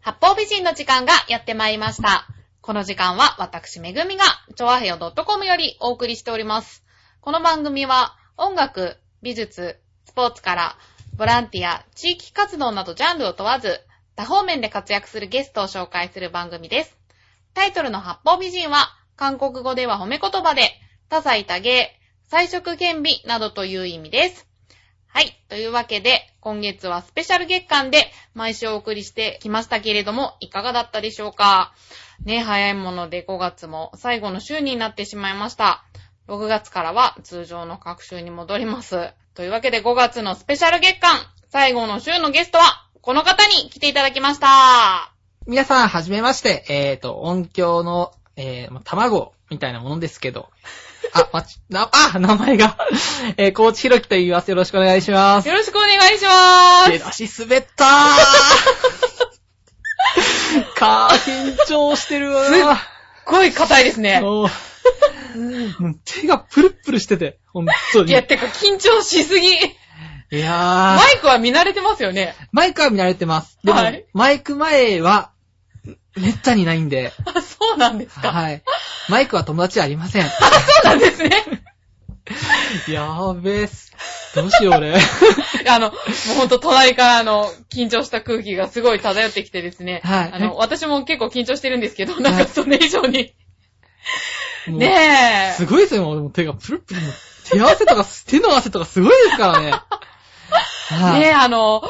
八方美人の時間がやってまいりました。この時間は私めぐみが、ちょわへよ .com よりお送りしております。この番組は音楽、美術、スポーツから、ボランティア、地域活動などジャンルを問わず、多方面で活躍するゲストを紹介する番組です。タイトルの八方美人は、韓国語では褒め言葉で、多彩多芸、彩色兼美などという意味です。はい。というわけで、今月はスペシャル月間で毎週お送りしてきましたけれども、いかがだったでしょうかね、早いもので5月も最後の週になってしまいました。6月からは通常の各週に戻ります。というわけで5月のスペシャル月間、最後の週のゲストは、この方に来ていただきました。皆さん、はじめまして。えっ、と、音響の、えーまあ卵みたいなものですけど。あ、 まち、な、あ、名前が。 えー、コーチひろきと言います。よろしくお願いします。よろしくお願いしま出す。だし滑ったー かー、緊張してるわーすっごい硬いですね。おーもう手がプルップルしてて、ほんといに。や、てか緊張しすぎ。いやーマイクは見慣れてますよね。マイクは見慣れてます。でも、はいマイク前は、めったにないんで、あ、そうなんですか。はい。マイクは友達ありません。そうなんですね。やーべえっす。どうしよう 俺。あの、もうほんと隣からあの、緊張した空気がすごい漂ってきてですね。はいあの、私も結構緊張してるんですけど、なんかそれ以上に。もうねすえ。ごいですよ、もう手がプルプル。手汗とか、手の汗とかすごいですからね。はい。ねえ、あの、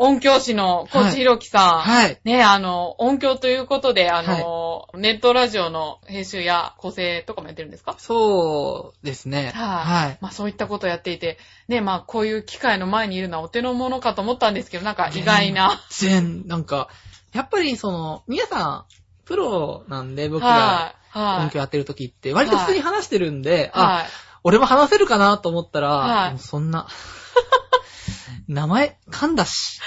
音響師のコーチひろきさん。はい。ねえ、あの、音響ということで、あの、ネットラジオの編集や構成とかもやってるんですかそうですね。はい、はい。まあそういったことをやっていて、ね、まあこういう機会の前にいるのはお手の物かと思ったんですけど、なんか意外な。全、なんか、やっぱりその、皆さん、プロなんで、僕がはい。はい。音響やってる時って、割と普通に話してるんで、あ、はい。俺も話せるかなと思ったら、はいもうそんな、 名前噛んだし、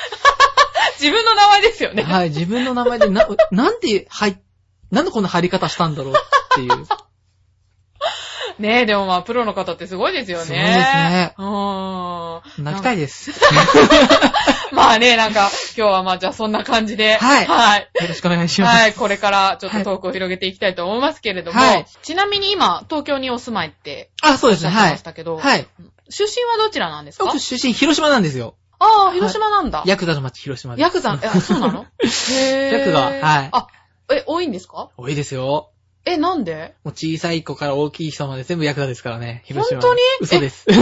自分の名前ですよね。はい、自分の名前でな、なんで入っ、なんでこんな入り方したんだろうって いう。ねえ、でもまあ、プロの方ってすごいですよね。すごいですねうーん。泣きたいです。よまあね、なんか、今日はまあ、じゃあそんな感じで。はいはい。ろしくお願いします。はい、これからちょっとトークを広げていきたいと思いますけれども、はいちなみに今、東京にお住まいってあ、そうおでっすしゃね。ってはまいし。たけど、はい。出身はどちらなんですか僕出身広島なんですよ。ああ、広島なんだ。ヤクザの街広島です。ヤクザ、え、あそうなのへえ。 ヤクザはいあ、え、多いんですか多いですよ。え、なんでもう小さい子から大きい人まで全部ヤクザですからね。広島は。本当に嘘です。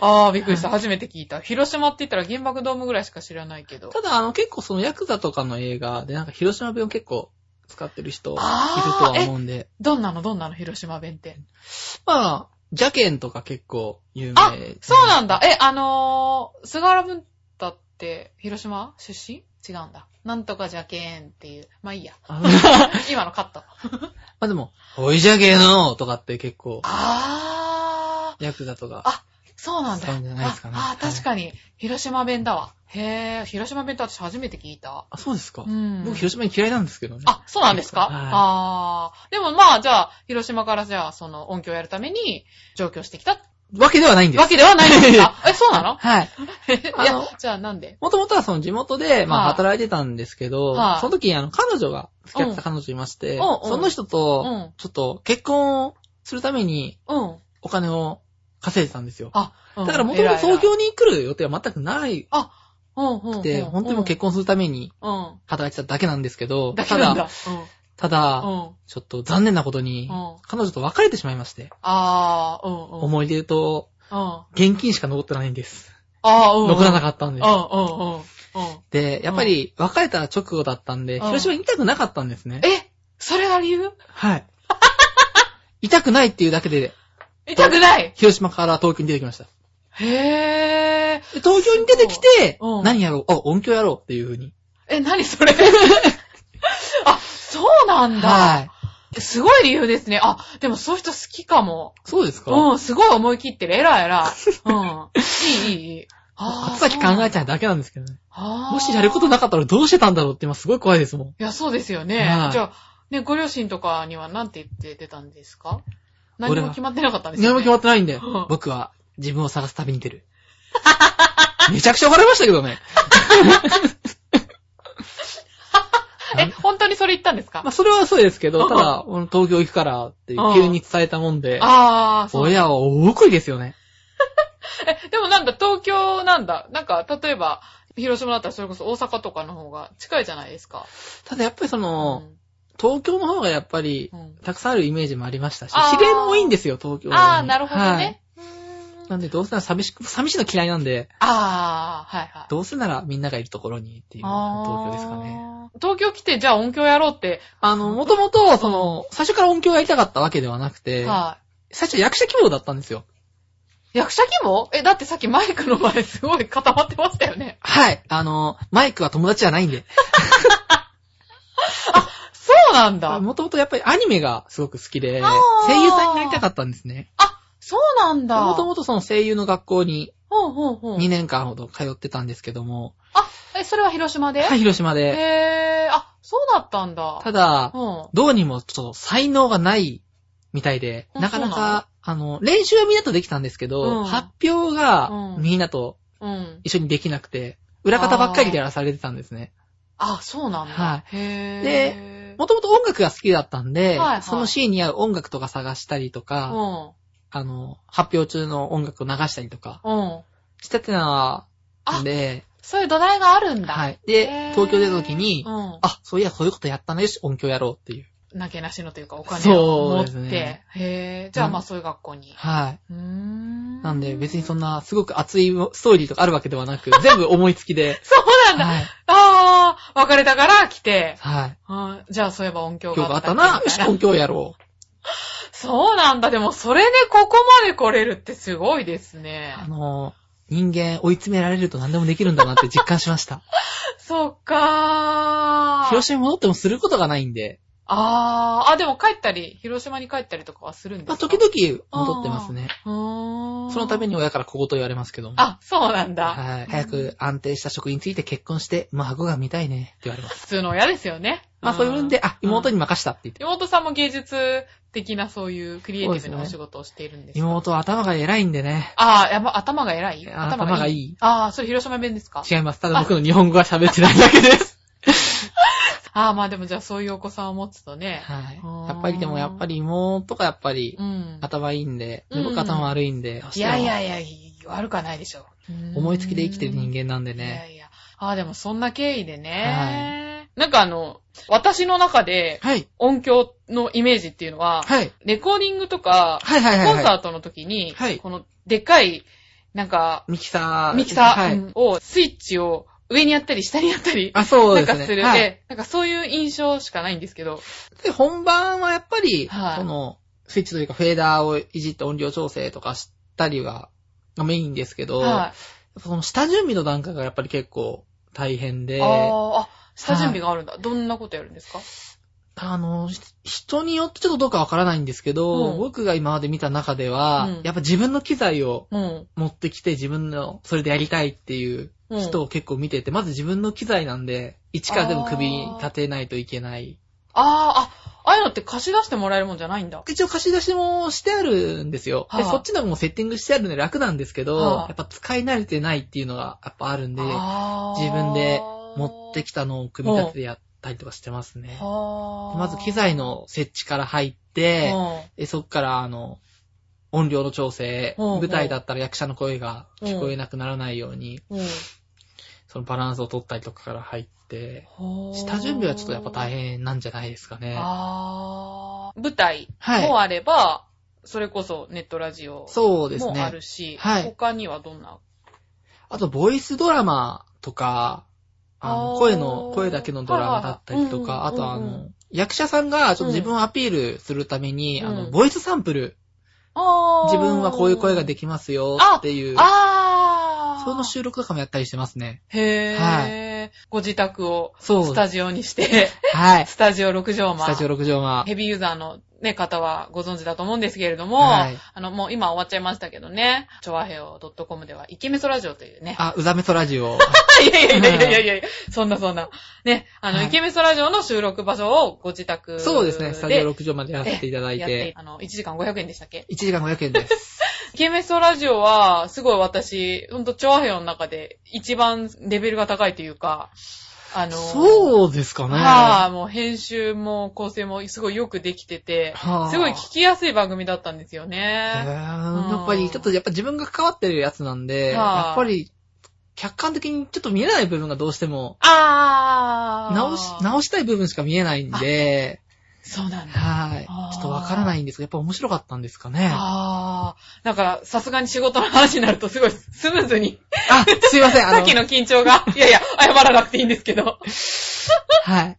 ああ、びっくりした。初めて聞いた。広島って言ったら原爆ドームぐらいしか知らないけど。ただ、あの、結構そのヤクザとかの映画で、なんか広島弁を結構使ってる人いるとあーは思うんで。どんなのどんなの広島弁って。まあ、ジャケンとか結構有名。あ、そうなんだ。え、あのー、菅原文太って、広島出身違うんだ。なんとかじゃけーんっていう。まあいい や。 あの ま今のカット。あでも、おいじゃけのとかって結構、あヤクザとかあ。ー、そうなんだ。そうじゃないですかねああー、確かに、広島弁だわ。へー、広島弁って私初めて聞いた。あ、そうですかう。ん。僕広島嫌いなんですけどね。あ、そうなんですか、はいああ。でもまあ、じゃあ、広島からじゃあ、その音響をやるために上京してきたわけではないんです。わけではないんです かえ、そうなのはい。 いあのや、じゃあなんでもともとはその地元で、まはあい働いてたんですけど、はいその時にあの彼女が、付き合ってた彼女いまして、うんうんうんその人うと、ん。ちょっと結婚をするためにうん。お金を稼いでたんですよ。あ、だからもともと東京に来る予定は全くない京で、本当にもう結婚するために構、働いてただけなんですけど、うん。だけたなんだ、だ。うん。ただ、うん。ちょっと残念なことにうん、彼女と別れてしまいまして、あー、うん。うん。うん。思い出とあ現金しか残ってないんです。ー、うん。残らなかっかったんでうす。ん、うん、うん。うん。で、やっぱり別れた直後だったんで、うん広島に行きたくなかったんですね。え、それは理由はい。 痛くないっていうだけで、痛くない広島から東京に出てきました。へー。で東京に出てきて、ごいうん何やろうあ、音響やろうっていう風に。え、何そ れあ、そうなんだ。はい。すごい理由ですね。あ、でもそういう人好きかも。そうですかうん、すごい思い切ってる。偉い偉い。 うん。いいいいいい。後先考えて、ちゃうだけなんですけどね。ももしやることい。なかったらどうしてたんだろうって今すごい怖いですもん。いや、そうですよね。はいじゃあ、ね、ご両親とかには何て言って出たんですか何俺はも決まってなかったんです何よ、もね。決まってないんでうん、僕は 自分を探す旅に出る。めちゃくちゃ笑いましたけどね。それ言ったんですか、まあ、それはそうですけど、ただ、う俺東京行くからってうん急に伝えたもんで、ああ、そう。親は大食いですよね。え、でもなんだ、東京なんだ。なんか、例えば、広島だったらそれこそ大阪とかの方が近いじゃないですか。ただやっぱりそうの、ん東京の方がやっぱり、うんたくさんあるイメージもありましたし、あー比例も多いんですよ、東京はああ、なるほどね。うはいーんなんで、どうせなら寂しく、寂しいの嫌いなんで、ああ、はいはい。どうせならみんながいるところにっていうのが東京ですかね。あー。東京来て、じゃあ音響やろうって。あの、もともと、その、最初から音響やりたかったわけではなくて、は最初役者希望だったんですよ。い。役者希望え、だってさっきマイクの前すごい固まってましたよね。はい。あの、マイクは友達じゃないんで。そうなんだ。もともとやっぱりアニメがすごく好きで、あー声優さんになりたかったんですね。そうなんだ。もともとその声優の学校にほうほうほう。 2年間ほど通ってたんですけども、あ、え、それは広島ではい、広島へで。えー、あ、そうだったんだ。ただう、ん。どうにもちょっと才能がないみたいで、あなかなそうなか、あの、練習はみんなとできたんですけうど、ん発表がうんみんなとうん。一緒にできなくて、裏方ばっかりでやらされてたんですね。あ、そうなんだ。はへー。で、もともと音楽が好きだったんで、はいはいそのシーンに合う音楽とか探したりとか、あの、発表中の音楽を流したりとかうん。うん。してたのあで、そういう土台があるんだ。はい。へでー、東京出た時にう、ん。あ、そういや、そういうことやったね、よし、音響やろうっていう。なけなしのというか、お金を持っそて。うですねへー。じゃあ、うんまあ、そういう学校に。はい。うーん。なんで、別にその。んな、すごく熱いストーリーとかあるわけではなく、全部思いつきで。そうなんだ。はい。あー、別れたから来て。はい。はいじゃあ、そういえば音響今日ががああっったたな、なよし、音響やろう。そうなんだ。でも、それでここまで来れるってすごいですね。あの、人間追い詰められると何でもできるんだなって実感しました。そっかー。広島に戻ってもすることがないんで、あー、あ、でも帰ったり、広島に帰ったりとかはするんですかまあ、時々戻ってますね。々そのために親から小言言われますけども。あ、そうなんだ。はい。早く安定した職について結婚して、孫が見たいねって言われます。普通の親ですよね。まあ、そういうんで、あ、妹に。に任したって言って。妹さんも芸術的なそういうクリエイティブなお仕事をしているんですか妹は頭が偉いんでね。ああ、やば、頭が偉い頭がいい。い。ああ、それ広島弁ですか違います。ただ僕の日本語が喋ってないだけです。ああ、まあでもじゃあそういうお子さんを持つとね。はい。あーやっぱりでもやっぱり妹がやっぱりうん。頭いいんで、うん僕頭悪いんで、いやいやいやいや、悪くはないでしょう。思いつきで生きてる人間なんでいやね。いや。ああ、でもそんな経緯でね。なんかあの、私の中ではい。音響のイメージっていうのは、はい。レコーディングとか、はいはいはい。コンサはートの時に、はいこのでっかい、なんか、いミキサー。ミキサはい。ーを、スイッチを上にやったり下にやったり、あ、そうなんですかね。する。はいで、なんかそういう印象しかないんですけど。で、本番はやっぱり、はいその、スイッチというかフェーダーをいじって音量調整とかしたりは、がメインですけど、はその下準備の段階がやっぱり結構大変い。で、ああーあ、下準備があるんだ。どんなことやるんですかの、ひ人によってちょっとどうかわからないんですけど、うん僕が今まで見た中では、うんやっぱ自分の機材をうん。持ってきて自分の、それでやりたいっていううん人を結構見てて、まず自分の機材なんで、一からでも首に立てないといけない。ああ、あ、ああいうのって貸し出してもらえるもんじゃないんだ。一応貸し出しもしてあるんですよ。で、はいそっちの方もセッティングしてあるので楽なんですけど、はいやっぱ使い慣れてないっていうのがやっぱあるんで、あー自分で持ってきたのを組み立ててやったりとかしてますね。はーまず機材の設置から入って、でそっからあの、音量の調整、うん舞台だったら役者の声が聞こえなくならないように、うんうんそのバランスを取ったりとかから入って、ほー下準備はちょっとやっぱ大変なんじゃないですかね。あー舞台はい。もあれば、それこそネットラジオそうですもあねる。し、はい他にはどんなあと、ボイスドラマとか、ああの、ー声の、声だけのドラマだったりとか、はあいはいとはいあうんうんの、役者さんがちょっと自分をアピールするために、うんあうの、んボイスサンプル、あー自分はこういう声ができますよっていう、ああその収録とかもやったりしてますね。へー、ご自宅をそうス。タジオに して、はい。スタジオ6畳間。スタジオ6畳間。ヘビーユーザーのね、方はご存知だと思うんですけれども、はいあの、もう今終わっちゃいましたけどね、ちょわへお .com では、イケメソラジオというね。あ、うざめそラジ オ。いやいやいやいやいやいやいや、そんなそんな。ね、あの、はいイケメソラジオの収録場所をご自宅で。そうですね。スタジオ6畳間でやっていただいやってて、あの、1時間500円でしたっけ1時間500円です。イケメソラジオは、すごい私、ほんと、チョアヘヨの中で一番レベルが高いというか、あの、うそうですかね。はい、もう編集も構成もすごいよくできてて、はあすごい聞きやすい番組だったんですよへね。ーうんやっぱり、ちょっとやっぱ自分が関わってるやつなんで、はいやっぱり、客観的にちょっと見えない部分がどうしても、あー。直し、直したい部分しか見えないんで、そうなんだ。はいあー。ちょっとわからないんですが、やっぱ面白かったんですかね。あ、あー。なんか、さすがに仕事の話になるとすごいスムーズに、すいま せん、あさっのき、の緊張が、いやいや、謝らなくていいんですけど。はい。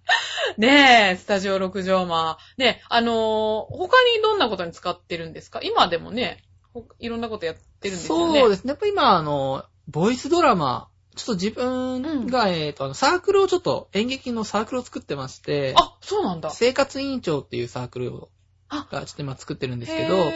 ねえ、スタジオ6畳間。ねえ、あのー他にどんなことに使ってるんですか今でもね、ほいろんなことやってるんですよね。そうでですね。やっぱ今、あの、ボイスドラマ、ちょっと自分が、えっと、あの、サークルをちょっと、演劇のサークルを作ってまして、あ、そうなんだ。生活委員長っていうサークルを、あがちょっと今作ってるんですけど、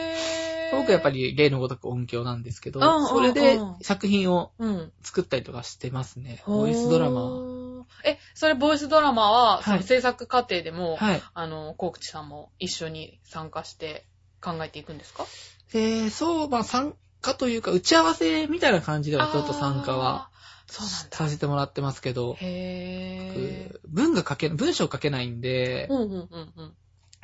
すごくやっぱり、り例のごとく音響なんですけど、うんうんうんそれで作品をうん。作ったりとかしてますね。ボイスドラマ。ほー。え、それボイスドラマは、そはのい制作過程でも、はい。あの、コウクチさんも一緒に参加して考えていくんですかえー、そう、まあ参加というか、打ち合わせみたいな感じではちょっと参加は。あーそうなんだ。させてもらってますけど、へぇ僕文が書け、文章書けないんでー。う、んうんうんうん。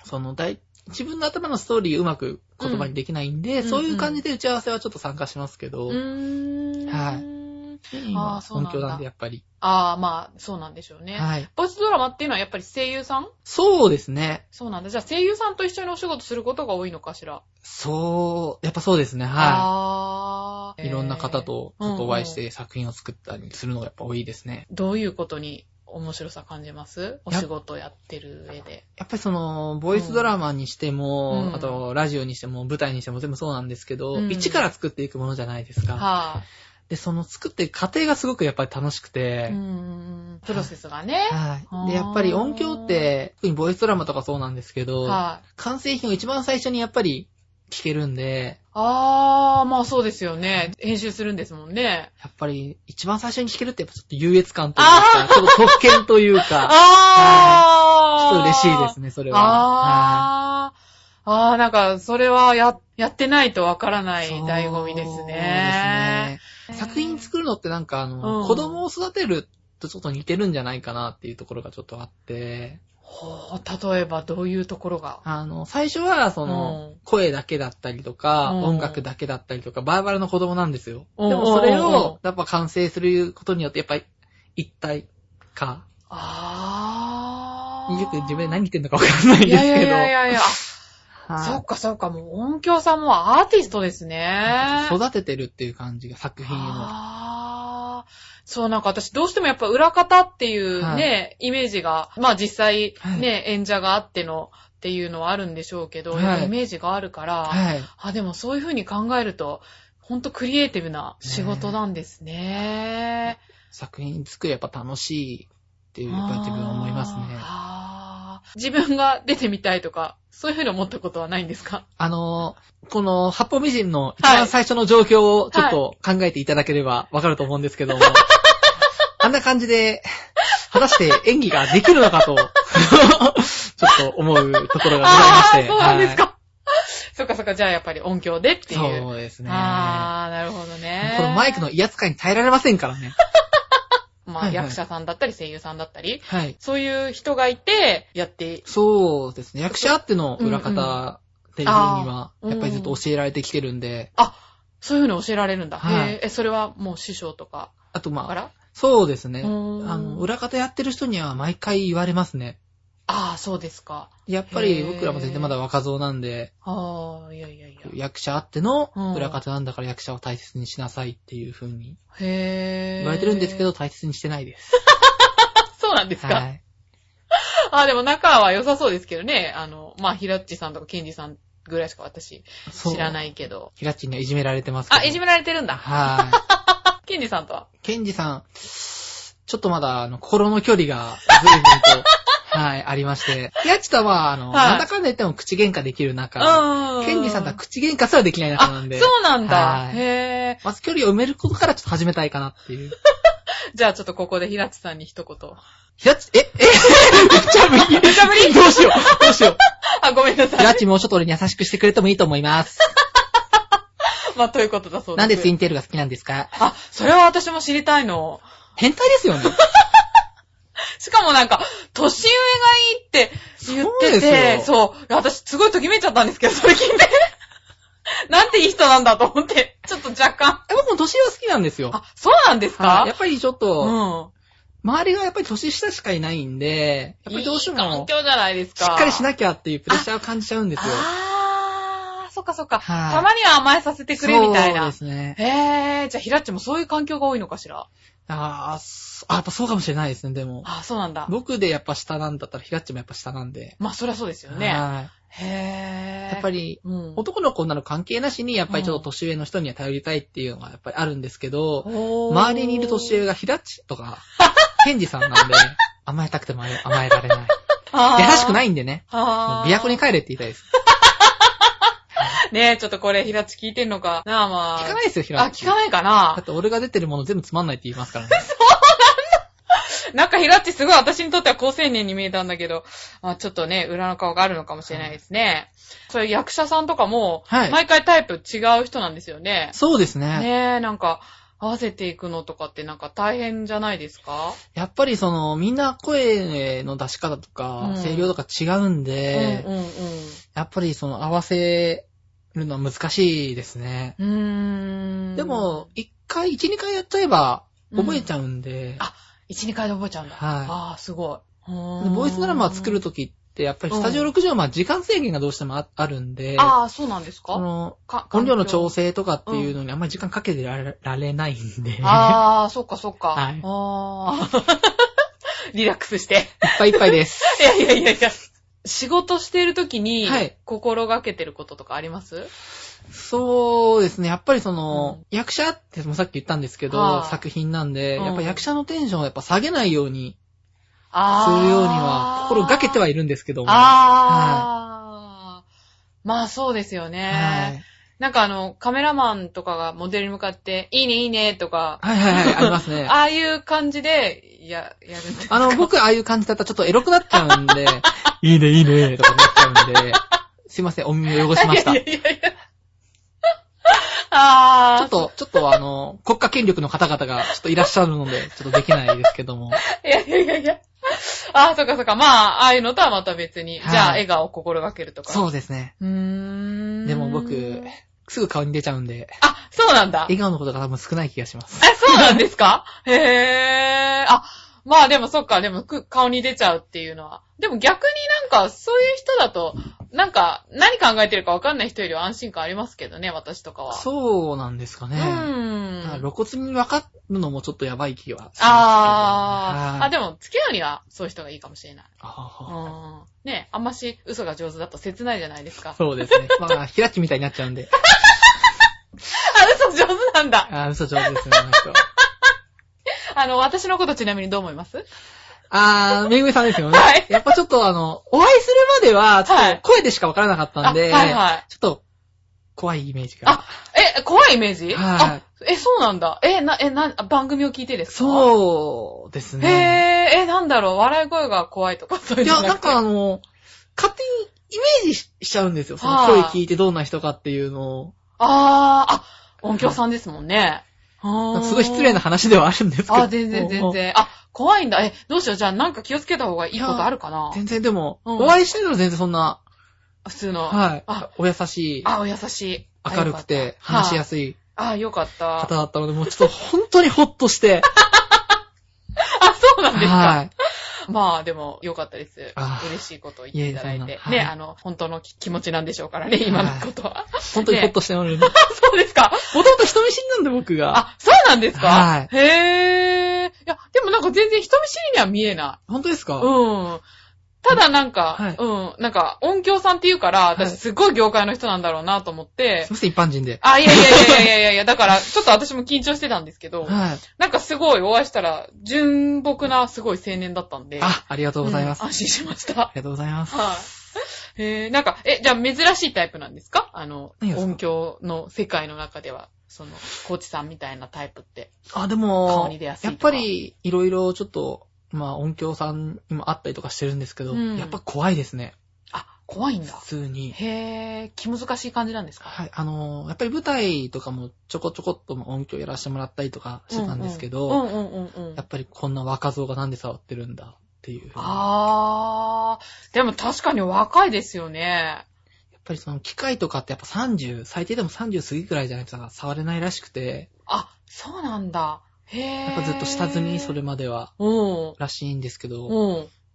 その大、自分の頭のストーリーうまく言葉にできないんで、うんそういう感じで打ち合わせはちょっと参加しますけど、うーん。。はいあー今そうなんだ音響なんでやっぱり、ああ、まあ、そうなんでしょうね。はい。ボイスドラマっていうのはやっぱり声優さんそうですね。そうなんだ。じゃあ声優さんと一緒にお仕事することが多いのかしら。そう、やっぱそうですね、はい。あーいろんな方。えーとちょっとお会いして作品を作ったりするのがやっぱ多いですね。どういうことに面白さ感じますお仕事やってる上で。やっぱりその、ボイスドラマにしてうも、んあとラジオにしても、舞台にしても全部そうなんですけど、うん一から作っていくものじゃないですか。はで、その作っていく過程がすごくやっぱり楽しくい、うて、ん。プロセスがね。はい。で、あーやっぱり音響って、特にボイスドラマとかそうなんですけど、はい。完成品を一番最初にやっぱり聞けるんで、あー、まあそうですよね。編集するんですもんね。やっぱり一番最初に聞けるってやっぱちょっと優越感というか、ちょっと特権という か、ちあょーっと嬉しいですね、それは。はいあー。あー、なんか、それはや、やってないとわからないそう醍醐味ですね。ですね作品作るのってなんかあの、うん子供を育てるとちょっと似てるんじゃないかなっていうところがちょっとあって、ほう例えばどういうところがあの、最初はその、うん声だけだったりとか、うん音楽だけだったりとか、バラバラの子供なんですよ。うんでもそれうんを、やっぱ完成することによって、やっぱり一体化。ああ。よく自分で何言ってんのかわかんないんですけど。いやいやいやいや、はいそっかそっか、もう音響さんもアーティストですね。育ててるっていう感じが作品を。ああ。そう、なんか私どうしてもやっぱ裏方っていうね、イメージが、まあ実際ね、演者があってのっていうのはあるんでしょうけど、はいやっぱイメージがあるから、はい。あ、でもそういう風に考えると、ほんとクリエイティブな仕事なんですね。作品作りやっぱ楽しいっていう、やっぱり自分は思いますね。あー自分が出てみたいとか、そういうふうに思ったことはないんですかあのー、この、八方美人の一番最初の状況をちょっと考えていただければわかると思うんですけども、 あんな感じで、果たして演技ができるのかと、ちょっと思うところがございまして。あーそうなんですか。は そっかそっか、じゃあやっぱり音響でっいていう。そうですね。こあー、なるほどね。のマイクの、威圧感に耐えられませんからね。まあはいはい役者さんだったり声優さんだったり、はい。そういう人がいて、やって、そうですね。役者あっての裏方っていうのは、うんうんやっぱりずっと教えられてきてるんで、そういうふうに教えられるんだ。はいへーえ、それはもう師匠とかあとまかあ、らそうですね。うーんあの、裏方やってる人には毎回言われますね。ああ、そうですか。やっぱりへー僕らも全然まだ若造なんで、ああ、いやいやいや。役者あってのうん裏方なんだから役者を大切にしなさいっていう風にへえ。言われてるんですけど、。大切にしてないです。 そうなんですか。はい。。あ、でも仲は良さそうですけどね。あの、まあ、ひらっちさんとかけんじさんぐらいしか私知らないいけど。ひらっちにはいじめられてますけど。あ、いじめめられてるんだ。 はけんじさんとは。い。ケンジさん、ちょっとまだ、あの、心の距離が随分と、 はい、ありまして。ひらっちとはまあ、あの、はいなんだかんだ言っても口喧嘩できる中、うん。ケンジさんとは口喧嘩すらできない仲なんであ、そ。うなんだ。はいへえ。まず距離を埋めることからちょっと始めたいかなっていう。じゃあちょっとここでひらっちさんに一言。 ひらっち、え、え、 めっちゃ無理。めっちゃ無 理。どうしよう、どうしよう。あ、ごめんなさジい。ャッジもうちょっと俺に優しくしてくれてもいいと思います。 まあ、ということだそうです。なんでツインテールが好きなんですかあ、それは私も知りたいの。変態ですよね。しかもなんか、年上がいいって言ってそうでて、すそう私すごいときめいちゃったんですけど、それ聞いて。 なんていい人なんだと思って、ちょっと若干。 え僕も年上は好きなんですよ。あ、そうなんですかはいやっぱりちょっうと、ん。周りがやっぱり年下しかいないんで、やっぱりどうしていい環も、境じゃないですしか。っかりしいなきゃっていうプレッシャーを感じちゃうんですよ。あー、そっかそっか。はいたまには甘えさせてくれみたいそうなで。すね。へー、じゃあひらっちもそういう環境が多いのかしら。あーそあ、やっぱそうかもしれないですね、でも。あ、そうなんだ。僕でやっぱ下なんだったら、ひがっちもやっぱ下なんで。まあ、そりゃそうですよね。はへい。ー。やっぱ、り、うん。男の子なの関係なしに、やっぱりちょっと年上の人には頼りたいっていうのがやっぱりあるんですけど、周周りにいる年上ががひらっちと か、ケンジさんなんで、甘えたくても甘えられない。優しくないいんでね。もあうー琵琶湖に帰れって言いたいです。ねえ、ちょっとこれ、ひらち聞いてんのか。なあまあ。聞かないですよ、ひあ、らっち。聞かないかだなっ。て俺が出てるもの全部つまんないって言いま すからね。なんかひらちすごい私にとっては高青年に見えたんだけど、まあちょっとね、裏の顔があるのかもしれないですね。そういう役者さんとかも、はい毎回タイプ違う人なんですよね。そうですね。ねえ、なんか、合わせていくのとかってなんか大変じゃないですかやっぱりその、みんな声の出し方とかう、ん声量とか違うんでう、んうんやっぱりその合わせるのは難しいですね。うん。うーん。でも、、一回、一、二回やっちゃえば覚えちゃうんで、あ一、二回で覚えちゃうんだ。はいああ、すごい。うーでんボイスドラマ作るときって、やっぱりスタジオ60はまあ時間制限がどうしてもああるんで、ああ、そうなんですそかの、か音量の環調境整とかっていうのにあんまり時間かけてられられないんで、いっああ、そっかそっか。はいああ。 リラックスして。 ぱいいっぱいです。いやいやいやいや。仕事してるときにはい、心がけてることとかあります、そうですね、やっぱりその、役者ってもさっき言ったんですけどは、い作品なんで、うんやっぱ役者のテンションをやっぱ下げないようにすああ。るようには、心がけていはいるんですけども。ああ。まあそうですよね。はいなんかあの、カメラマンとかがモデルに向かって、いいねいいねとか、はいはいはい、あります ね。ああいう感じで、や、やるんですあの、僕、ああいう感じだったらちょっとエロくなっちゃうんで、 いいね、いいね、とかなっちゃうんで、すいません、お耳を汚しまし た。いちやいやいやいや。ああ。ょっと、ちょっとあの、国家権力の方々がちょっといらっしゃるので、ちょっとできないですけども。いやいやいやいや。ああ、そっかそっか。まあ、ああいうのとはまた別に。はいじゃあ、笑顔を心がけるとか。う。そうですね。うーん。でも僕、すぐ顔に出ちゃうんで、あ、そうなんだ。え、笑顔のことが多分少ない気がします。そうなんですかへえ。あ、まあでもそっか。でも、く顔に出ちゃうっていうのは。でも逆になんか、そういう人だと、なんか、何考えてるかわかんない人よりは安心感ありますけどね、私とかは。そうなんですかうね。だからん。露骨に分かるのもちょっとやばい気はしますけどねあー。はあ、いでも、付き合うには、そういう人がいいかもしれない。うあん。ねあんまし嘘が上手だと切ないじゃないです かー。そうですね。まあ、ひらちみたいになっちゃうんで。あ、嘘上手なんだ。あー嘘上手ですね、あの人。あの、私のことちなみにどう思いますあー、めぐみさんですよね。はいやっぱちょっとあの、お会いするまでは、ちょはっいと声でしかわからなかったんで、あはいはい。ちょっと、怖いイメージが。え、怖いイメージはいあ、え、そうなんだ。え、な、え、な、番組を聞いてですかう。そうですへね。え、え、なんだろう、笑い声が怖いとか、そういういのや、じゃななんくて。かあの、勝手にイメージししちゃうんですよ。そのはい声聞いてどんな人かっていうのあー、あ、音響さんですもんね。を、あなーんかすごい失礼な。話ではあるんですけど。あ、全然全然。あ、怖いんだ。え、どうしよう。じゃあなんか気をつけた方がいいことあるかな全然でも、うんお会いしてるのは全然そんな、普通の。はいあ。お優しい、あ、お優しい。あ明るくて、話しやすいい。あ、よかった。あ方、だったので、もうちょっと本当にほっとして、 そうなんですか。はい。まあ、でも、良かったですあ。ー嬉しいことを言っていただいいえいえてそ。んなね、はいあの、本当のき気持ちなんでしょうからね、今のことは。 本当にほっとしておる。もとそうですか。もと人見知りなんで僕が。あ、そうなんですかはへー。いや、でもなんか全然人見知りには見えな本当ですい。か、うん。ただなんか、はいうん、なんか音響さんって言うから、はい私すごい業界の人なんだろうなと思ってすい、ません、一般人で。あ、いやいやいやいやいやいや、だからちょっと私も緊張してたんですけど、はい。なんかすごいお会いしたら、純朴なすごい青年だったんで、あ、ありがとうございます。うんあ安心しました。りがとうございます。はい。えー、なんか、え、じゃあ珍しいタイプなんですかあの何、がですか音響の世界の中では、その、コーチさんみたいなタイプって。あ、で顔も、に出やすいとやかっぱり、いろいろちょっと、まあ、音響さんにもあったりとかしてるんですけど、うんやっぱ怖いですね。あ、怖いんだ普。通に。へー、気難しい感じなんですかはい。あのー、やっぱり舞台とかもちょこちょこっとまあ音響やらせてもらったりとかしてたんですけど、うんうんうんうんうん。やっぱりこんな若造がなんで触ってるんだっていう。やあー。でも確かに若いですよね。っぱりその機械とかってやっぱ30、最低でも30過ぎくらいじゃないと触れないらしくて、あ、そうなんだ。へえ。やっぱずっと下積みそれ。まではうん。らしいんですけど、うん。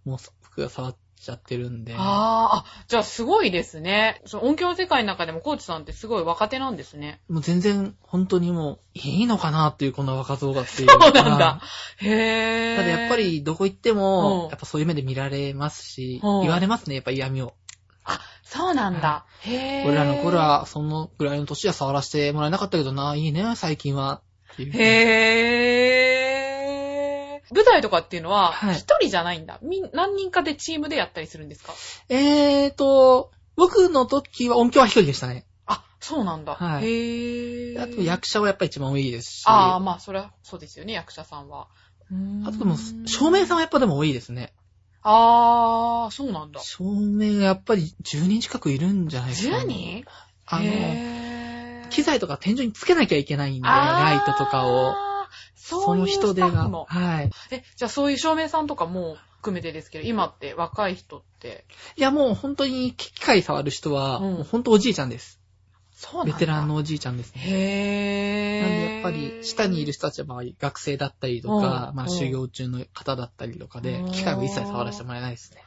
もう僕が触っちゃってるんで、あーあ、じゃあすごいですね。その音響世界の中でもコーチさんってすごい若手なんですね。もう全然本当にもういいのかなっていうこの若造がっていう。そうなんだは。へい。え。ただやっぱ、りどこ行ってうもん、やっぱそういう目で見られますし、うん言われますね、やっぱ嫌味を。そうなんだ。へえ。俺らの頃。は、そのぐらいの年は触らせてもらえなかったけどな、いいね、最近は。っていうへえ。舞台とかっていうのは、はい一人じゃないんだ。みん、何人かでチームでやったりするんですかえーと、僕の時は音響は一人でしたね。あ、そうなんだ。はいへえ。あと役者はやっぱ一番多いですし。ああ、あまあ、それは、そうですよね、役者さんは。うーんとでも、照明さんはやっぱでも多いですね。ああ、そうなんだ。照明がやっぱり10人近くいるんじゃないですか、 10人あの、へー機材とか天井につけなきゃいけないんで、ラあイートとかを。そういう人手が。はい。え、じゃあそういう照明さんとかも含めてですけど、今って若い人って、いや、もう本当に機械触る人は、うんもう本当おじいちゃんです。そうなんベだ。テラン。のおじいちゃんですね。へー。なんでやっぱり下にいる人たちはまあ学生だったりとか、うんうまあん修行中の方だったりとかでうん、機械を一切触らせてもらえないですね。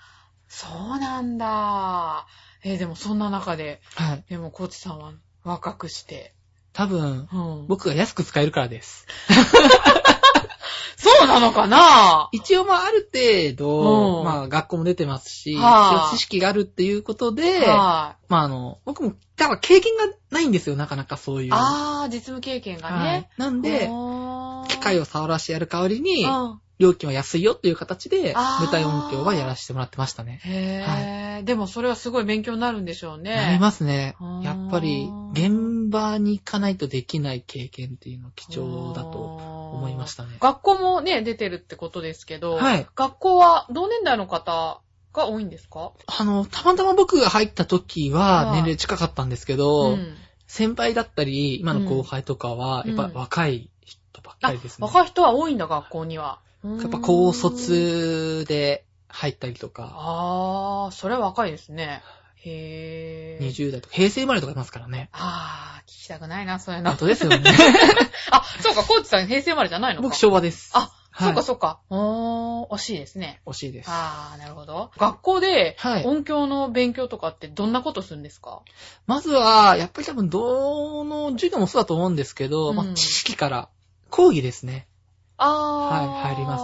そうなんだ。えーでもそんな中で、はい。でもコーチさんは若くして。多分、うん。僕が安く使えるからです。そうなのかな一応まあある程う度、んまあ学校も出てますし、はあ一応知識があるっていうことで、はまああの、僕も、だから経験がないんですよ、なかなかそういい。う。あー、実務経験がはいね。なんで、機機械を触らせてやる代わりに、うん料金は安いよっていう形で、あー舞台音響はやらせてもらってましたね。へー。でもそれはすごい勉強になるんでしょうね。なりますねあ。ーやっぱり、現場に行かないとできない経験っていうのは貴重だと思思いましたね。学校もね、出てるってことですけど、はい。学校は同年代の方が多いんですかあの、たまたま僕が入った時ははい年齢近かったんですけど、ん、先輩だったり、今の後輩とかは、うやんっぱ若い人ばっかありですね。若い人は多いんだ、学校には。ややっぱ高。卒で入ったりとか、あー、それは若いですね。へー。 20代とか、平成生まれとかいますからね。あー、聞きたくないな、そういうの本。当ですよね。 あ、そうか、コーチさん平成生まれじゃないのか。僕昭和です。あ、はいそうか、そうか。おー、惜しいですね。惜しいです。あー、なるほど。学校ではい音響の勉強とかってどんなことするんですか、まずは、やっぱり多分、どの授業もそうだと思うんですけど、うんまあ、知識から、講義ですね。あー。はい、入りま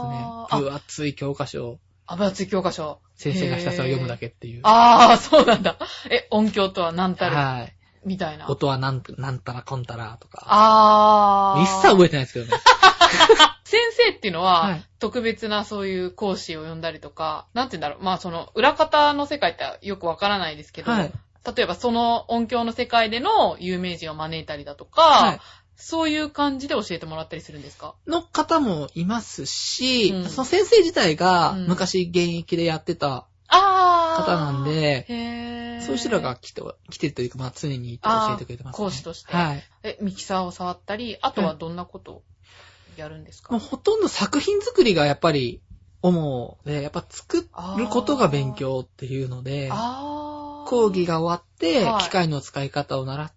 すね。分厚い教科書をあ、分厚い教科書。先生がひたすら読むだけっていう。ああ、そうなんだ。え、音響とは何たるはい。みたいな。音はなん、なんたらこんたらとか。ああ。一切覚えてないですけどね。先生っていうのはは、い特別なそういう講師を呼んだりとか、なんて言うんだろう。まあその、裏方の世界ってよくわからないですけど、はい。例えばその音響の世界での有名人を招いたりだとか、はいそういう感じで教えてもらったりするんですかの方もいますし、うんその先生自体がうん昔現役でやってたああ。方なん、で、へーそういう人らが来て、来てるというか、まあ常にいて教えてくれてます、ね。あー講師としてはい。え、ミキサーを触ったり、あとはどんなことをやるんですか、もうほとんど作品作りがやっぱり主で、やっぱ作ることが勉強っていうので、あー講義が終わって、はい機械の使い方を習っうて、ん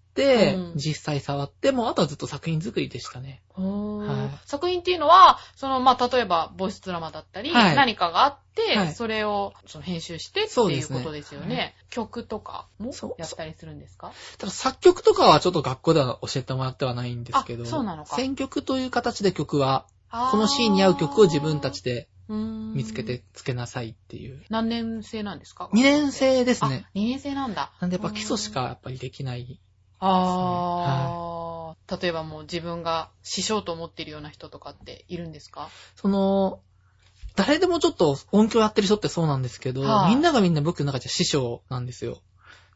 実際触って、もうあとはずっと作品作りでしたね。ほーはい作品っていうのは、その、まあ、例えば、ボイスドラマだったり、はい何かがあって、はいそれをその編集してってそういでうすこねとですよね。は曲とかもそうやったりするんですかただ作曲とかはちょっと学校では教えてもらってはないんですけど、あそうなのか選曲という形で曲は、ここのシーンに合う曲を自分たちでで見見つけ。てつけなさいっていう。何年生なんですか2年生ですね。あ、2年生なんだ。なんでやっぱ基礎しかやっぱりできない。ああ、例えばもう自分が師匠と思っているような人とかっているんですかその、誰でもちょっと音響やってる人ってそうなんですけど、はいみんながみんな僕の中じゃ師匠なんですよ。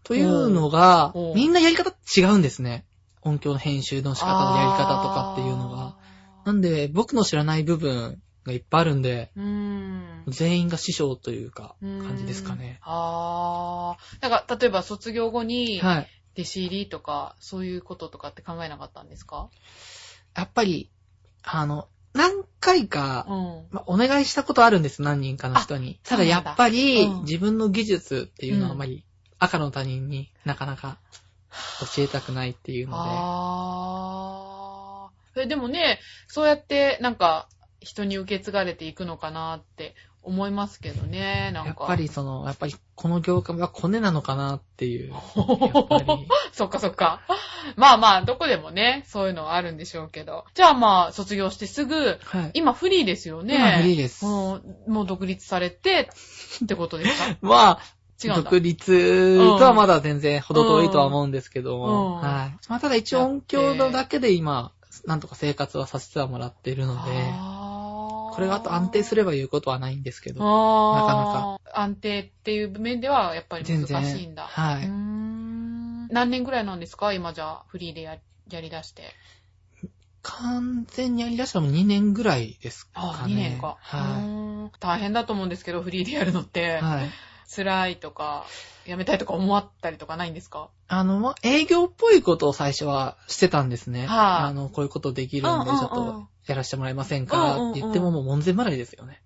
というのがおうおう、みんなやり方違うんですね。音響の編集の仕方のやり方とかっていうのが。あー。なんで、僕の知らない部分がいっぱいあるんで、うーん。全員が師匠というか、うーん感じですかね。。ああ。だから、例えば卒業後に、はい。弟子入りとか、そういうこととかって考えなかったんですかやっぱり、あの、何回か、うん。まあ、お願いしたことあるんです、何人かの人に。ただやっぱそうり、なんだうん自分の技術っていうのはうあんまり、赤の他人になかなか教えたくないっていうので。あー。え、でもね、そうやって、なんか、人に受け継がれていくのかなって思いますけどね、なんか。やっぱ。りその、やっぱりこの業界はコネなのかなって いう。やっぱり そっかそっか。まあまあ、どこでもね、そういうのはあるんでしょうけど。じゃあまあ、卒業してすぐ、はい。今フリーですよね。今フリーです。もう、もう独立されて、ってことですかまあ、違うんだ。独立とはまだ全然程遠いとは思うんですけども、うんはい。まあただ一応音響のだけで今、なんとか生活はさせてはもらっているので、ここれがあと安定すれれば言うことはないんですけど、あー安定っていう面ではやっぱり全難然。しいんだ。はうーい。ん何年ぐらいなんですか今じゃあフリーでややり出して。完全にやり出したのも2年ぐらいですあかあ、ね。 2年か、うはーん大変だと思うんですけど、フリーでやるのってい。。はい。辛いとか、やめたいとか思ったりとかないんですかあの、まあ営業っぽいことを最初はしてたんですはね。いあの、こういうことできるんで、ちうんうんうんょっとやらせてもらえませんかって言ってうもんもう門前払いですよね。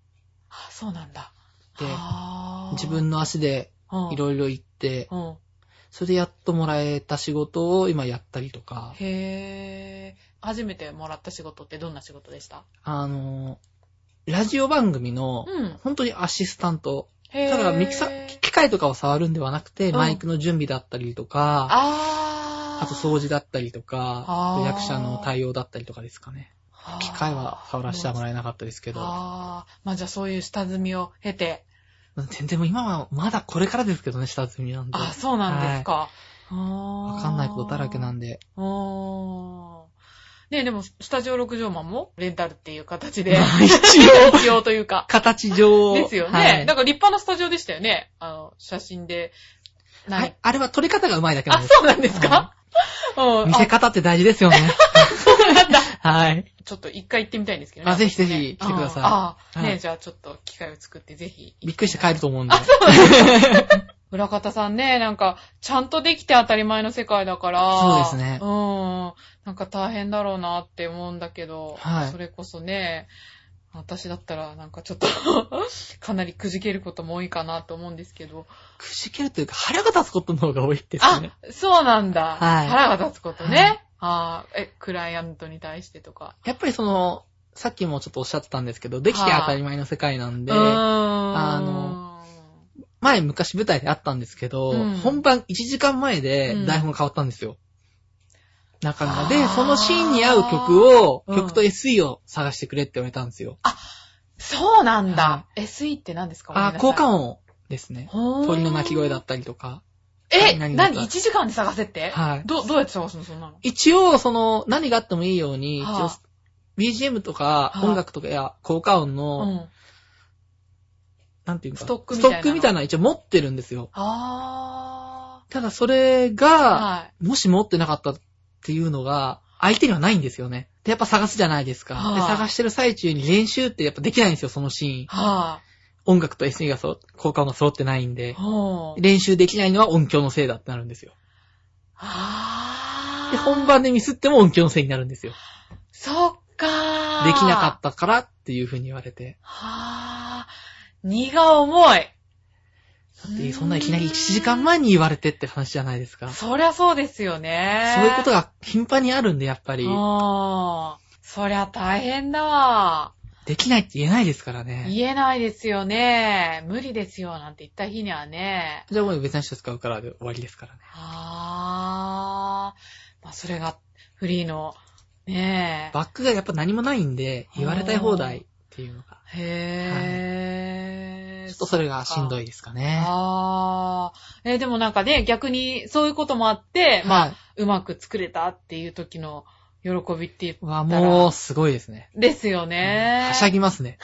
あそうなんだ。であー自、分の足でいいろいろ行って、ろ。それでやっともらえた仕事を今やったりとか、へー。初めてもらった仕事ってどんな仕事でしたあの、ラジオ番組の、うん。本当にアシスタント。へー。ただミキサー、機械とかを触るんではなくて、うんマイクの準備だったりとか、あー。あと掃除だったりとか、あー役者の対応だったりとかですかね。機械は触らせてはもららえなかったですけど、あーまあじゃあそういう下積みを経て。全然もう今はまだこれからですけどね、下積みなんで。あ、そうなんですか。わ、わかんないことだらけなんで。んで。おーねえ、でも、スタジオ6畳マンもレンタルっていう形で、 一応、必要というか。形上。ですよね。はいだから立派なスタジオでしたよね。あの、写真で。なはいい。。あれは撮り方がうまいだけなんあ、です。そうなんですか、うん、見せ方って大事ですよね。 あなんだはい。ちょっと一回行ってみたいんですけどあぜひぜひ来てくださいああ、はいねえ、じゃあちょっと機会を作ってぜひ。びっくりして帰ると思うんで。裏方さんね、なんか、ちゃんとできて当たり前の世界だから。そうですねうん。なんか大変だろうなって思うんだけど。はいそれこそね、私だったらなんかちょっと、 かなりくじけることも多いかなと思うんですけど。くじけるというか腹が立つことの方が多いですあね。、そうなんだ。はい腹が立つことね。はいああ、え、クライアントに対してとか。やっぱりその、さっきもちょっとおっしゃってたんですけど、できて当たり前の世界なんでう、ーん。あの、前昔舞台であったんですけど、うん本番1時間前うでん台本変わったんですよ。なかなか。あで、ーそのシーンに合う曲を、うん曲と SE を探してくれって言われたんですよ。そうなんはだ。SE って何ですかあ、効果音。音ですね。ほー鳥の鳴き声だったりとか。え、何何々だ ?1 時間で探せってはい。ど、どうやって探すのそんなの一応、その、何があってもいいように、はあ一応、BGM とか、はあ音楽とかや、効果音の、うん。なんていうか、ストックみスたトいなックみたいなの一応持ってるんですよ。あただ、それー。が、はい。もし持ってなかったっていうのが、相手にはないんですよね。で、やっぱ探すじゃないですか。はあで、探してる最中に練習ってやっぱできないんですよ、そのシーン。は音楽と SE がそう、効果音が揃ってないんい。で。ほう。練習できないのは音響のせいだってなるんですよ。あー。で、本。番でミスっても音響のせいになるんですよ。そっかー。できなかた。ったからっていうふうに言われて。はー。荷が重い。でそんないきなり1時間前に言われてって話じゃないですか。そそりゃそうですよね。ういうことがやっが頻繁にあるんで、やっぱり。あー。そりゃ大変だわ。できないって言えないですからね。言えないですよね。無理ですよ、なんて言った日にはね。じゃあもう別の人使うからで終わりですからね。あー。まあ、それが、フリーの、ねえ。バックがやっぱ何もないんで、言われたい放題っていうのが。へー。ちょっとそれがしんどいですかね。あー。えーでもなんかね、逆にそういうこともあって、まあ、まうまく作れたっていう時の喜びっていうあ、、はもうすごいですね。ですよね。はしゃぎますね。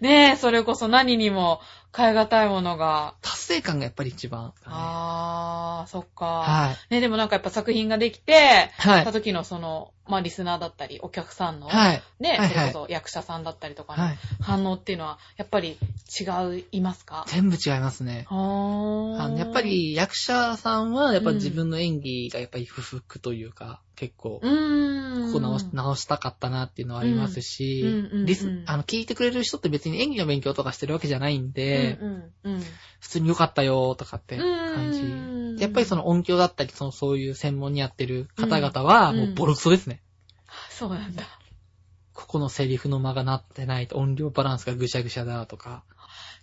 ねえ、それこそ何にも変え難いものが。達成感がやっぱり一番、ね。ああ、そっか。はい。ね、でもなんかやっぱ作品ができて、たはい。時のその、まあ、リスナーだったり、お客さんの、はい。ね、はいそれこそ役者さんだったりとかはのい。反応っていうのは、やっぱり違いますか全部違いますね。ああのやっぱ、り役者さんは、やっぱ自分の演技がやっぱり不服というか、結構、うーん。ここ直し直したかったなっていうのはありますし、うんうんうんうんリスあの聞いてくれる人って別に演技の勉強とかしてるわけじゃないんで、うんうんうん。普通に良かったよとかって感じ。じやっぱりその、の音響だったり、そのそういう専門にやってる方々は、うんもうボロクソですね。そうなんだ。ここのセリフの間がなってない、音量バランスがぐしゃぐしゃだとか。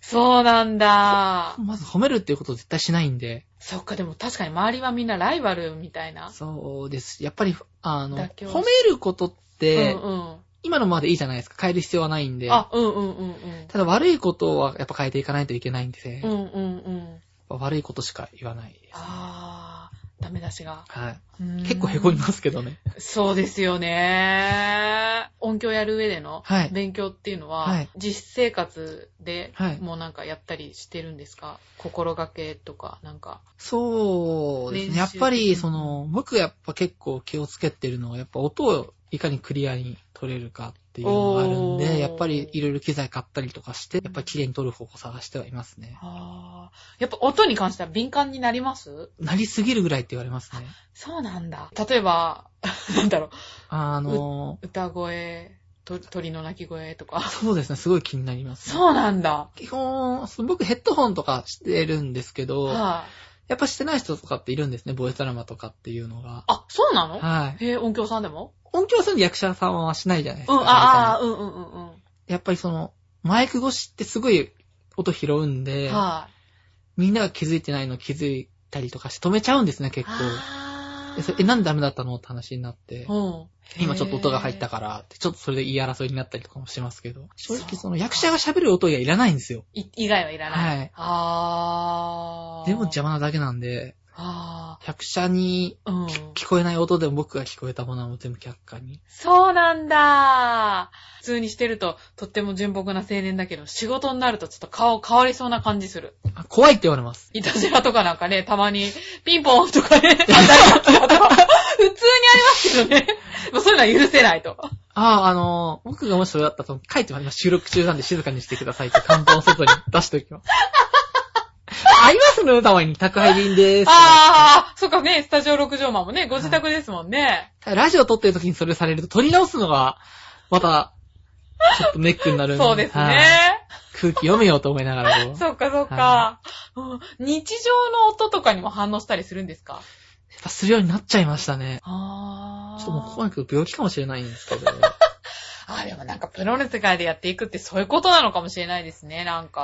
そうなんだ。まず褒めるっていうことを絶対しないんで、そっか、でも確かに周りはみんなライバルみたいな。そうです。やっぱり、あの、妥協褒めることって、うんうん。今のままでいいじゃないですか。変える必要はないんで。あ、うんうんうんうん。ただ悪いことはやっぱ変えていかないといけないんで、うやんっうんうん。ぱ悪いことしか言わないです。あー、ダメ出しが。はい。結結構へこみますけどね。そうですよね。音響やる上でのはい勉強っていうのは、はい実生活ではいもうなんかやったりしてるんですか、心がけとか、なんか。そうです練ね。習やっぱり、その、僕やっぱ結構気をつけてるのは、やっぱ音をいかにクリアに取れるかっていうのがあるんおーで、やっぱりいろいろ機材買ったりとかして、やっぱり綺麗に取る方法を探してはいますね。あーやっぱ音に関しては敏感になりますなりすぎるぐらいって言われますね。そうなんだ。例えば、 なんだろう、あの、歌声、と鳥の鳴き声とか。 そうですね。すごい気になりますね、そうなんだ。基本、その僕ヘッドホンとかしてるんですけど、はい、やっぱしてない人とかっているんですね、ボイスドラマとかっていうのが。あ、そうなの、はい。へえ、音響さんでも音響する役者さんはしないじゃないですうん、か。ああ、うんうんうんうん。はい、やっぱりその、マイク越しってすごい音拾うんで、みんなが気づいてないの気づいたりとかして止めちゃうんですね、結構。あーでそれえ、なんでダメだったのって話になって。うん今ちょっと音が入ったら。からって、ちょっとそれで言い争いになったりとかもしてますけど。正直そそうの役者が喋る音がいらないんですよ。い以外はいらない。はいあー。でも邪魔なだけなんで、あ役者にー。うん。聞こえない音でも僕が聞こえたものはもう全部客観に。そうなんだ普通にしてると、とっても純朴な青年だけど、仕事になるとちょっと顔変わりそうな感じする。あ怖いって言われます。いたじらとかなんかね、たまに、ピンポンとか ね、大学とか、普通にありますけどね。もうそういうのは許せないと。ああ、あのー僕がもしそれだったら、その書いても今収録中なんで静かにしてくださいって看板を外に出しておきます。 ありますね、たまに。宅配便です。あー、そっかね、スタジオ6畳間もね、ご自宅ですもんね。ラジオ撮ってる時にそれされると撮り直すのが、また、ちょっとネックになるんそうですはいね。空気読めようと思いながらこう。やっそっかそっかは、うん日常の音とかにも反応したりするんですかぱするようになっちゃいましたね。あーちょっともうここまで来ると病気かもしれないんですけど。あー、でもなんかプロの世界でやっていくってそういうことなのかもしれないですね、なんか。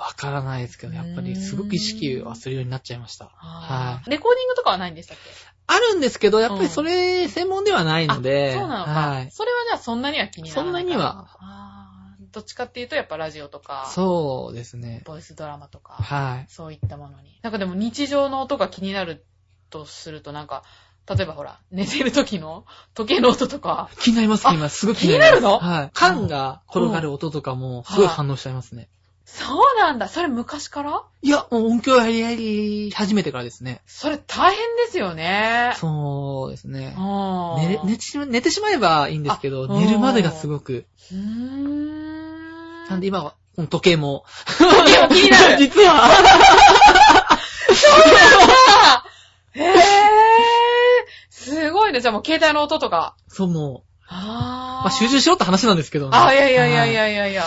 わからないですけど、やっぱりすごく意識はするようになっちゃいました。あはーレコーディングとかはないんでしたっけあるんですけど、やっぱりそれ専門ではないので。そうなのか、はい。それはじゃあそんなには気にならないかそんなにはあーどっちかっていうとやっぱラジオとか、そうですね。ボイスドラマとか、はい。そういったものに。なんかでも日常の音が気になるとするとなんか、例えばほら、寝てる時の時計の音とか、気になりますあね、今。すごい気になるのはい。缶が転がる音とかも、すごい反応しちゃいますね。そうなんだ。それ昔からいや、もう音響やりやり始めてからですね。それ大変ですよね。そうですね。う寝れ寝てしま寝てしまえばいいんですけど、あ寝るまでがすごく。うーん。なんで今は、この時計も。時計も気になる。 実は、 へぇー。すごいね。じゃあもう携帯の音とか。そうもう、あー。まあ、集中しろって話なんですけどね。あ、いやいやいやいはやいやいや。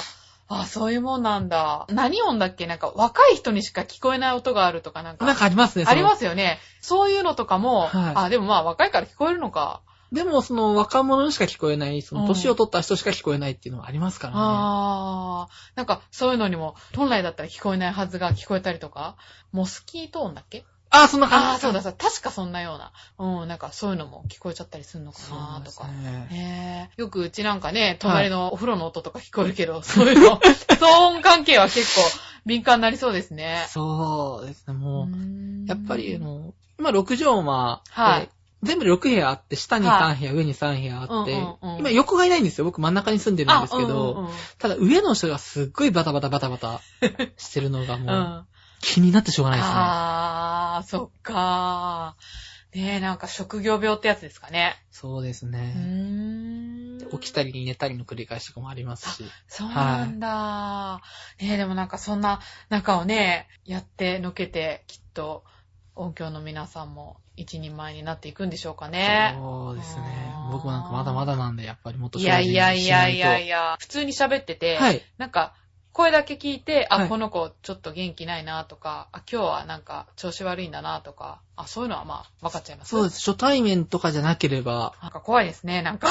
あ、そういうもんなんだ。何音だっけなんか若い人にしか聞こえない音があるとかなんか。なんかありますね、。ありますすよね。そういうのとかも、はいあ、でもまあ若いから聞こえるのか。でも、その、若者にしか聞こえない、そうんの、年を取った人しか聞こえないっていうのはありますからね。あー。なんかそういうのにも、本来だったら聞こえないはずが聞こえたりとか。モスキート音だっけあー、そんな感じ。ああ、そうだ、そうだ。確かそんなような。うん、なんかそういうのも聞こえちゃったりするのかそうなでとすか。ね。ねえよくうちなんかね、隣のお風呂の音とか聞こえるけど、そういう の、騒音関係は結構敏感になりそうですね。そうですね、もう。うーんやっぱり、あ、の、今6畳間で、はい全部で6部屋あって、下にはい3部屋、上に3部屋あって、うんうんうん今横がいないんですよ。僕真ん中に住んでるんですけど、あうんうんうんただ上の人がすっごいバタバタバタバタしてるのがもううん気になってしょうがないですね。ああー、そっかー。ねえ、なんか職業病ってやつですかね。そうですうね。ーん。起きたり寝たりの繰り返しとかもありますし。そうなんだ。ねえ、でもなんかそんな中をね、やってのけて、きっと音響の皆さんも一人前になっていくんでしょうかね。そうですねあ。ー僕なんかまだまだなんで、やっぱりもっとい精や進しいなやいと。いやいやいや、普通に喋ってて、はい。なんか声だけ聞いて、あ、はいこの子ちょっと元気ないなとか、あ、今日はなんか調子悪いんだなとか、あ、そういうのはまあ分かっちゃいます。そうです。初対面とかじゃなければ、なんか怖いですね、 なんか。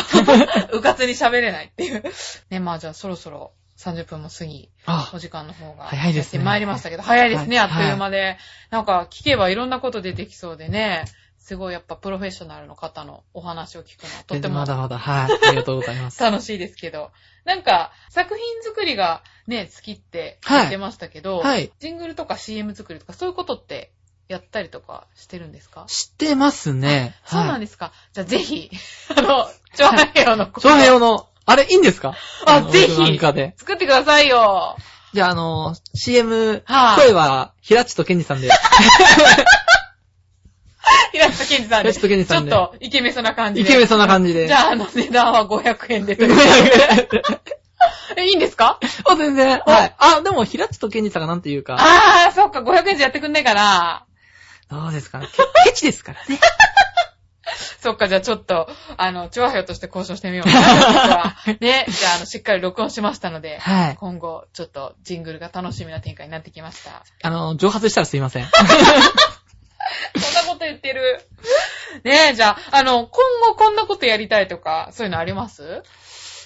うかつに喋れないっていう。 ね、まあじゃあそろそろ30分も過ぎ、あお、時間の方が。早いですねやってまいりましたけど、早いですね、はあいっという間で。なんか聞けばいろんなこと出てきそうでね、すごいやっぱプロフェッショナルの方のお話を聞くのはと全て然もまだまだ、はい。ありがとうございま す。楽しいですけど。なんか作品作りがね、好きってはい言ってましたけど、はい。ジングルとか CM 作りとかそういうことってやったりとかしてるんですか知ってますね。そうなんでですか。じゃあぜひ、 あの、チョアヘヨのこと長編用の、あれ、いいんですかあのぜひ僕なんかで。作ってくださいよ。じゃあ、あの、CM、はい声は、平地とケンジさんで。平下健二さんです。平下健二さんでちょっと、イケメンそうな感じイで。ケメンそんな感じで。じ ゃあ、あの値段は500円でという。え、いいんですかあ、全然。はい。あ、でも、平地とケンジさんがなんていうか、あー、そっか、500円じゃやってくんないから。どうですかね。ケケチですからね。そっか、じゃあちょっと、あの、チョアヘヨとして交渉してみようかな。そこ はね、じゃあ、あの、しっかり録音しましたので、はい。今後、ちょっと、ジングルが楽しみな展開になってきました。あの、蒸発したらすいません。そんなこと言ってる。ねえ、じゃあ、あの、今後こんなことやりたいとか、そういうのあります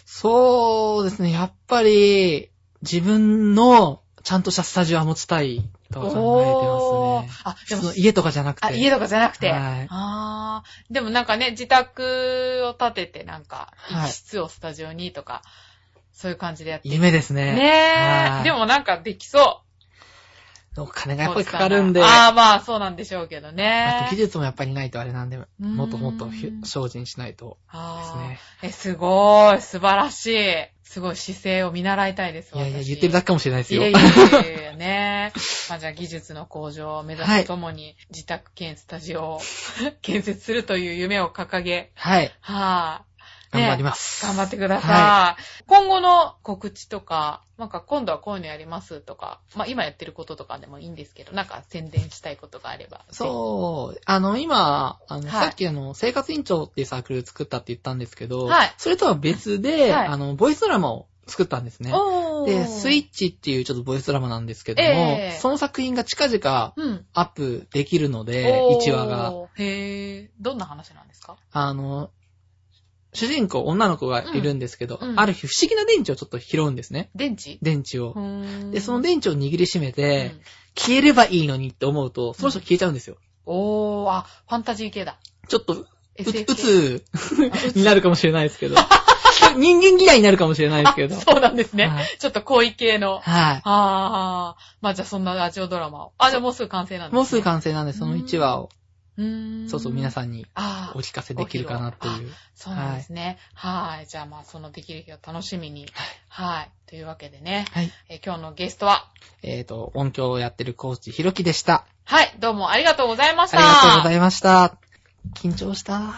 そうですね。やっぱり、自分の、ちゃんとしたスタジオは持ちたいとは考えてますね。あ、でそもの、家とかじゃなくて。あ、家とかじゃなくて。はいああ。でもなんかね、自宅を建ててなんか、はい一室をスタジオにとか、そういう感じでやって。夢ですね。ねはえ。いで。もなんかできそお金う。がやっぱりかかるんで。ああ、まあそうなんでしょうけどあと技ね。術もやっぱりないとあれなんで、んもっともっとひ精進しないとですあね。あ。え、すごい。素晴らしい。すごい姿勢を見習いたいです。いやいや、私言ってるだけかもしれないですいよ。やいやいやいやね。 まあじゃあ技術の向上を目指すととも に、自宅兼スタジオを 建設するという夢を掲げ、はい。はい、ね頑張ります。頑張ってください。は今後の告知とか、なんか今度はこういうのやりますとか、まあ今やってることとかでもいいんですけど、なんか宣伝したいことがあれば。そう。あの、今、あはの、いさっきあの、生活委員長っていうサークル作ったって言ったんですけど、はいそれとは別で、はいあの、ボイスドラマを作ったんですね。おー。で、スイッチっていうちょっとボイスドラマなんですけども、ええその作品が近々うん。アップできるので、おー1話が。。へえ。どんな話なんですかあの、主人公、女の子がいるんですけど、うんうんある日不思議な電池をちょっと拾うんですね。電池電池を。で、その電電池を握りしめ池て、消えればいいのにって思うと、その人消えちゃうんですよ。おー、あ、ファンタジー系だ。ちょっと、う、う SF 系つ、あうつになるかもしれないですけ ど。人間嫌いになるかもしれないですけど。あそうなんですね。はいちょっと好意系の。はああ、まあじゃあそんなラジオドラマを。あ、じゃあもうすぐ完成なんです、い。ね、もうすぐ完成なんで、その1話を、うーん。そうそう、皆ん。さんにあおあ、聞かせできるかなっていう。そうなんですね。はい。じゃあまあそのできる日を楽しみに。はい。というわけでね、はい。え今日のゲストは、えっ、と、音響をやってるコーチ、ひろきでした。はい、どうもありがとうございました。ありがとうございました。緊張した。